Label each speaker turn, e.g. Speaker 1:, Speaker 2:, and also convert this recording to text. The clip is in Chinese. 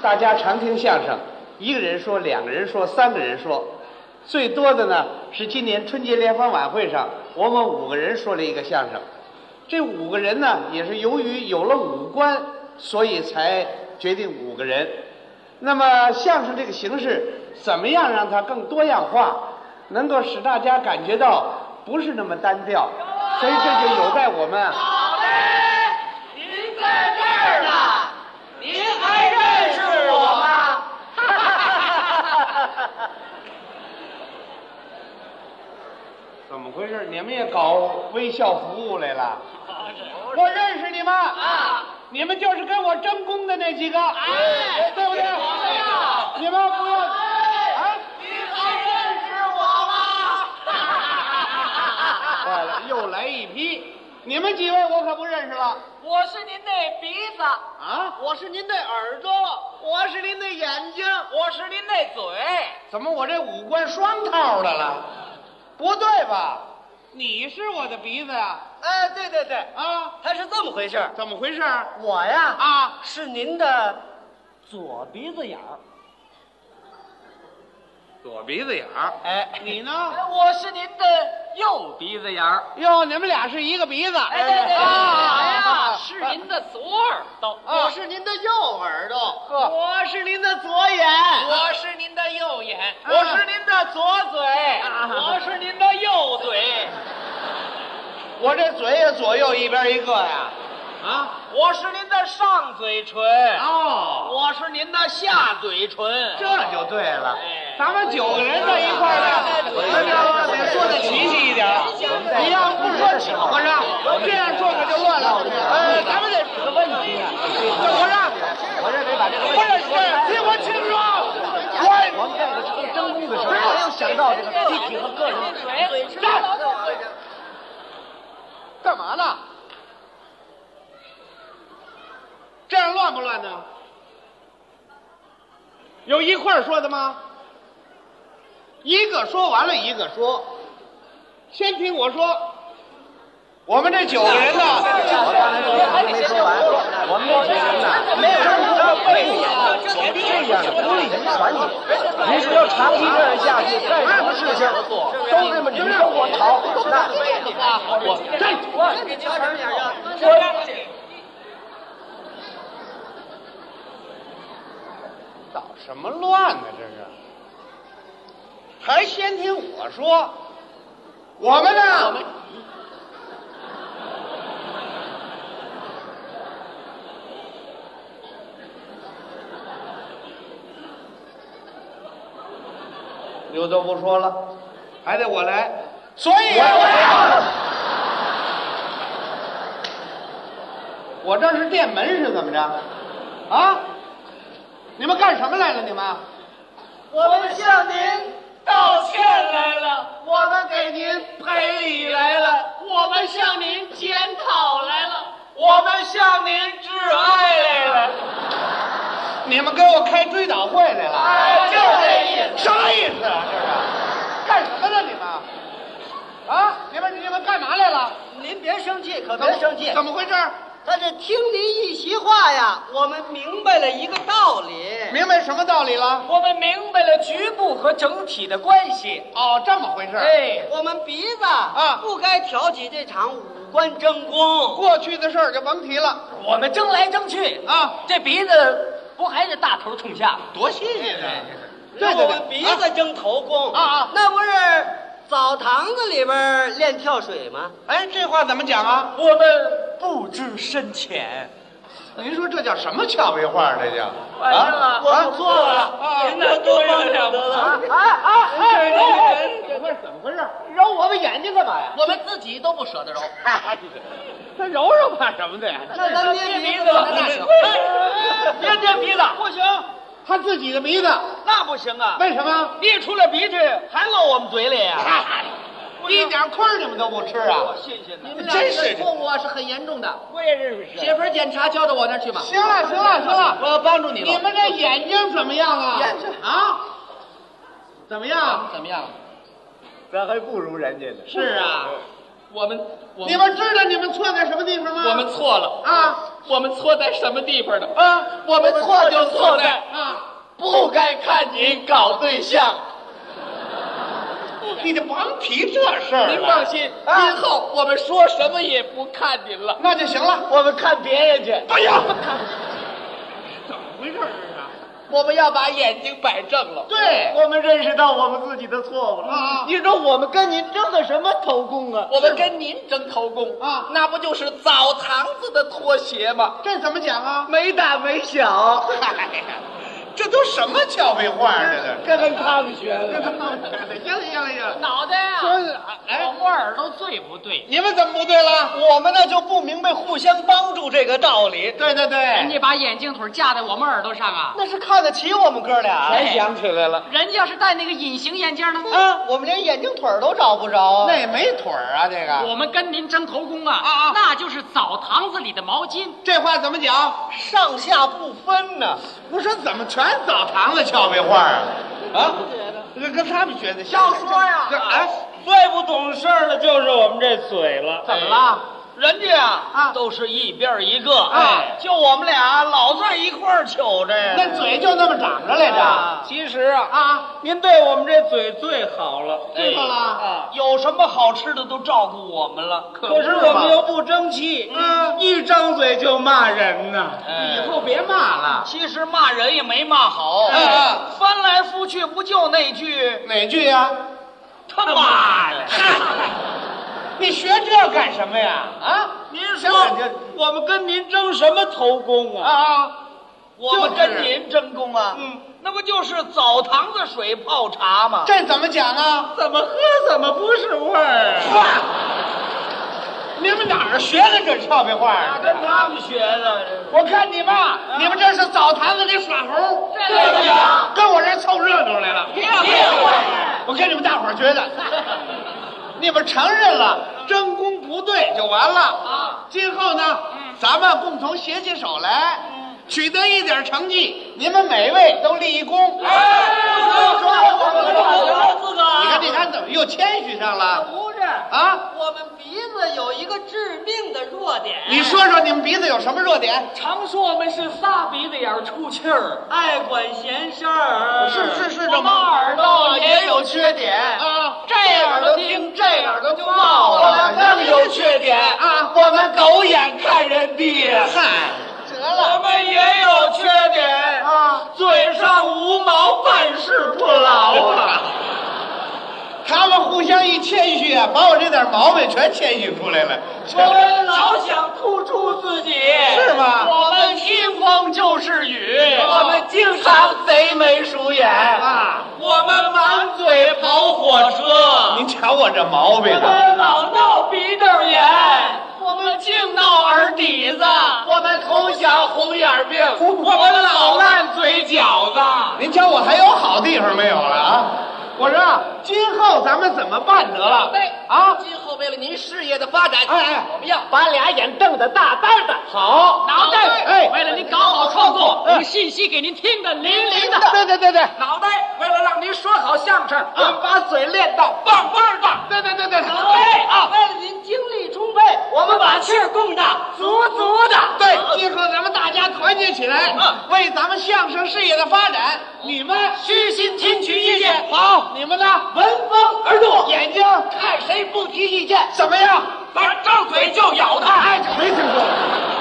Speaker 1: 大家常听相声，一个人说，两个人说，三个人说，最多的呢是今年春节联欢晚会上，我们五个人说了一个相声。这五个人呢，也是由于有了五官，所以才决定五个人。那么相声这个形式，怎么样让它更多样化，能够使大家感觉到不是那么单调？所以这就有待我们啊。
Speaker 2: 好嘞，您在这儿呢，您还认识我吗？
Speaker 1: 怎么回事？你们也搞微笑服务来了？我认识你们，
Speaker 2: 啊，
Speaker 1: 你们就是跟我争功的那几个，
Speaker 2: 哎
Speaker 1: 对不对？
Speaker 2: 我们 呀
Speaker 1: 你们不要啊！
Speaker 2: 您还认识我 吗？
Speaker 1: 坏了，又来一批。你们几位我可不认识了
Speaker 2: 我是您那鼻子，
Speaker 1: 啊！
Speaker 2: 我是您那耳朵，
Speaker 1: 我是您的眼睛，
Speaker 2: 我是您那嘴。
Speaker 1: 怎么我这五官双套的了？不对吧？你是我的鼻子呀、
Speaker 3: 哎，对对对，
Speaker 1: 啊？啊？
Speaker 3: 他是这么回事儿
Speaker 1: 怎么回事？
Speaker 3: 我呀，
Speaker 1: 啊，
Speaker 3: 是您的左鼻子眼儿。
Speaker 1: 左鼻子眼儿。
Speaker 3: 哎，
Speaker 1: 你呢？
Speaker 2: 哎我是您的右鼻子眼 儿。
Speaker 1: 哟，你们俩是一个鼻子。
Speaker 2: 哎，对对 对，
Speaker 1: 啊
Speaker 2: 哎呀，
Speaker 1: 啊
Speaker 2: 是您的左耳朵，
Speaker 3: 我是您的右耳朵。
Speaker 1: 呵
Speaker 3: 我是您的左眼。
Speaker 2: 我是您的右眼，
Speaker 1: 啊
Speaker 2: 我是您的左嘴，我是您的右嘴，
Speaker 1: 我这嘴也左右一边一个呀。啊？
Speaker 2: 我是您的上嘴唇，
Speaker 1: 哦，
Speaker 2: 我是您的下嘴唇。
Speaker 1: 这就对了
Speaker 2: 哎。
Speaker 1: 咱们九个人在一块儿
Speaker 3: 哎
Speaker 1: 呢，那就得说的齐齐一点儿。你要不说巧合着，这样做可就乱了。呃，咱们得指个问题。我让，
Speaker 3: 啊我认为把这个
Speaker 1: 不是不是，听我清楚。我
Speaker 3: 我们在这个争功的时候，没有想到这个集体和个人的
Speaker 2: 嘴
Speaker 1: 干嘛呢？这样乱不乱呢？有一块儿说的吗？一个说完了，一个说。先听我说，我们这九个人呢，
Speaker 3: 我刚才说没说完，我们这几人呢，没有争功的背景，我们这样的不利于团结。您说要长期这样下去，干什么事情都这么你争我吵，那我
Speaker 1: 站住！捣什么乱呢？这是，还先听我说，我们呢？刘德不说了，还得我来，所以啊我这是电门是怎么着？啊？你们干什么来了？你们？
Speaker 3: 我们向您
Speaker 2: 道歉来了，
Speaker 3: 我们给您赔礼来了，
Speaker 2: 我们向您检讨来了，我们向您致哀来了，
Speaker 1: 你们给我开追悼会来了？
Speaker 2: 哎就这意
Speaker 1: 思。啥意思啊？这是干什么呢？你们？啊？你们你们干嘛来了？
Speaker 3: 您别生气，可别生气。
Speaker 1: 怎么回事？
Speaker 3: 他这听您一席话呀，我们明白了一个道理。
Speaker 1: 明白什么道理了？
Speaker 2: 我们明白了局部和整体的关系。
Speaker 1: 哦，这么回事。，
Speaker 2: 哎，
Speaker 3: 我们鼻子
Speaker 1: 啊
Speaker 3: 不该挑起这场五官争功。
Speaker 1: 过去的事儿就甭提了
Speaker 2: 我们争来争去，
Speaker 1: 啊，
Speaker 2: 这鼻子不还是大头冲下？
Speaker 1: 多新鲜
Speaker 2: 哎
Speaker 1: 啊！
Speaker 3: 那
Speaker 1: 对
Speaker 3: 我
Speaker 1: 对
Speaker 3: 们
Speaker 1: 对，
Speaker 3: 鼻子争头功
Speaker 1: 啊啊
Speaker 3: 那不是澡堂子里边练跳水吗？
Speaker 1: 哎，这话怎么讲啊？
Speaker 2: 我们不知深浅。
Speaker 1: 您说这叫什么俏皮话？这叫
Speaker 2: 完了
Speaker 1: 啊
Speaker 3: 我不错
Speaker 1: 啊
Speaker 3: 了，
Speaker 2: 您那多有两
Speaker 3: 得
Speaker 2: 得
Speaker 3: 了
Speaker 2: 了啊
Speaker 3: 啊啊啊！
Speaker 1: 这块怎么回事？
Speaker 3: 揉我们眼睛干嘛呀？
Speaker 2: 我们自己都不舍得揉。
Speaker 1: 那揉揉怕什么的呀？
Speaker 3: 那咱捏鼻子那行，
Speaker 2: 别捏鼻子，
Speaker 1: 不行，他自己的鼻子，
Speaker 2: 那不行啊！
Speaker 1: 为什么？
Speaker 2: 捏出了鼻涕还落我们嘴里啊！
Speaker 1: 一点亏儿你们都不吃啊！
Speaker 2: 谢谢你
Speaker 3: 你
Speaker 2: 们。
Speaker 3: 们
Speaker 1: 俩这个错
Speaker 3: 误啊是很严重的。
Speaker 2: 我也认识
Speaker 3: 写份检查交到我那儿去吧。
Speaker 1: 行了，行了，行了，
Speaker 3: 要帮助你
Speaker 1: 你们这眼睛怎么样啊？
Speaker 3: 眼睛
Speaker 1: 啊？怎么样？
Speaker 3: 怎么样？
Speaker 4: 咱还不如人家呢。
Speaker 1: 是啊，
Speaker 2: 我们，我
Speaker 1: 你
Speaker 2: 们，
Speaker 1: 们知道你们错在什么地方吗？
Speaker 2: 我们错了。
Speaker 1: 啊，
Speaker 2: 我们错在什么地方了？
Speaker 3: 啊
Speaker 2: 我们错就错在啊，不该看您搞对象。
Speaker 1: 你这甭提这事儿
Speaker 2: 您
Speaker 1: 了
Speaker 2: 放，心，
Speaker 3: 啊
Speaker 2: 今后我们说什么也不看您了。
Speaker 1: 那就行了。
Speaker 3: 我们看别人去。
Speaker 1: 哎呀，
Speaker 2: 我们要把眼睛摆正了。
Speaker 1: 对，
Speaker 3: 我们认识到我们自己的错误了。
Speaker 2: 啊
Speaker 3: 你说我们跟您争个什么头功啊？
Speaker 2: 我们跟您争头功
Speaker 1: 啊
Speaker 2: 那不就是澡堂子的拖鞋吗？
Speaker 1: 这怎么讲啊？
Speaker 3: 没大没 小，
Speaker 1: 嗨呀，这都什么俏皮话
Speaker 2: 啊
Speaker 1: 儿这都。
Speaker 3: 跟跟他们学的。
Speaker 1: 行了行了行了，
Speaker 2: 脑袋啊，
Speaker 1: 哎，
Speaker 2: 我耳朵最不对。
Speaker 1: 你们怎么不对了？
Speaker 3: 我们呢就不明白互相帮助这个道理，
Speaker 1: 对对对，
Speaker 5: 你把眼镜腿架在我们耳朵上啊！
Speaker 3: 那是看得起我们哥俩。
Speaker 5: 哎
Speaker 1: 想起来了，
Speaker 5: 人家要是戴那个隐形眼镜呢？
Speaker 3: 啊，我们连眼睛腿儿都找不着啊
Speaker 1: 那。也没腿儿啊，这
Speaker 5: 我
Speaker 1: 个。
Speaker 5: 们跟您争头功啊！
Speaker 1: 啊啊
Speaker 5: 那就是澡堂子里的毛巾。
Speaker 1: 这话怎么讲？
Speaker 3: 上下不分呢。
Speaker 1: 我说怎么全澡堂子俏皮话啊？啊，跟跟他们学的。要说
Speaker 2: 啊
Speaker 1: 呀，这
Speaker 3: 啊
Speaker 1: 哎，
Speaker 4: 最不懂事儿的就是我们这嘴了。
Speaker 2: 怎么了？
Speaker 3: 人家哎啊，都是一边一个啊，
Speaker 2: 哎
Speaker 3: 就我们俩老在一块儿瞅着呀。
Speaker 1: 那嘴就那么长着来着。
Speaker 4: 其实啊啊，您对我们这嘴最好了，
Speaker 1: 对么了？
Speaker 3: 有什么好吃的都照顾我们了。
Speaker 4: 可是我们又不争气，嗯，一张嘴就骂人呐。
Speaker 1: 以后别骂了。
Speaker 3: 哎其实骂人也没骂好，
Speaker 1: 哎哎
Speaker 3: 翻来覆去不就那句
Speaker 1: 哪句呀？
Speaker 3: 他妈的？
Speaker 1: 你学这干什么呀？
Speaker 3: 啊，
Speaker 4: 您
Speaker 1: 行了您
Speaker 4: 我们跟您争什么头功啊？
Speaker 3: 啊，我们
Speaker 1: 就是
Speaker 3: 跟您争功啊，
Speaker 4: 嗯，
Speaker 3: 那不就是澡堂子水泡茶吗？
Speaker 1: 这怎么讲啊？
Speaker 4: 怎么喝怎么不是味儿啊？
Speaker 1: 你们哪儿学的这俏皮话啊？
Speaker 4: 跟他们学的。
Speaker 1: 我看你们啊，
Speaker 4: 嗯
Speaker 1: 你们这是澡堂子里耍猴，
Speaker 2: 对对对啊
Speaker 1: 跟我这儿凑热闹来了。我跟你们大伙儿觉 得，你们承认了
Speaker 4: 嗯
Speaker 1: 争功不对就完了。啊，今后呢，
Speaker 4: 嗯
Speaker 1: 咱们共同携起手来，取得一点成绩，你们每位都立一功。
Speaker 4: 哎
Speaker 1: 你看，你看，怎么又谦虚上了
Speaker 2: 啊不是，
Speaker 1: 啊？
Speaker 2: 我们鼻子有一个致命的弱点。
Speaker 1: 你说说你们鼻子有什么弱点？
Speaker 2: 常说我们是仨鼻子眼儿出气儿，爱管闲事儿。
Speaker 1: 是是是
Speaker 2: 我们耳朵啊也有缺点
Speaker 1: 啊
Speaker 2: 这耳朵听，这耳朵就冒
Speaker 1: 我
Speaker 2: 了
Speaker 1: 们。更有缺点啊！我们狗眼看人低呀！嗨，
Speaker 2: 我们也有缺点啊，嘴上无毛，办事不牢 啊。
Speaker 1: 他们互相一谦虚啊，把我这点毛病全谦虚出来了。
Speaker 2: 我们老想突出自己，
Speaker 1: 是吗
Speaker 2: 我们听风就是雨，我们经常贼眉鼠眼啊，我们满嘴跑火车，
Speaker 1: 您瞧我这毛病
Speaker 2: 我
Speaker 1: 啊！
Speaker 2: 们老闹鼻窦炎，我们净闹耳底子，我们从小红眼病，我们老烂嘴角子。
Speaker 1: 您瞧我还有好地方没有了啊？我说啊，今后咱们怎么办得了？
Speaker 2: 啊！今后为了您事业的发展，
Speaker 1: 哎哎
Speaker 2: 我们要把俩眼瞪得大大的，
Speaker 1: 好，
Speaker 5: 脑袋，
Speaker 1: 哎
Speaker 5: 为了您搞好创作，我们信息给您听得淋漓的。
Speaker 1: 对对对对，
Speaker 2: 脑袋为了让您说好相声，我们把嘴练到棒棒的。
Speaker 1: 对对对对，
Speaker 2: 脑袋啊，为了您精力充沛，我们把气儿供的足足的。
Speaker 1: 对，今后咱们大家团结起来，
Speaker 2: 嗯
Speaker 1: 为咱们相声事业的发展，你们虚心听取意见。
Speaker 2: 好，
Speaker 1: 你们呢？
Speaker 2: 闻风而动，
Speaker 1: 眼睛
Speaker 2: 看谁不提意见，
Speaker 1: 怎么样？
Speaker 2: 反正张嘴就咬他。
Speaker 1: 没听说过。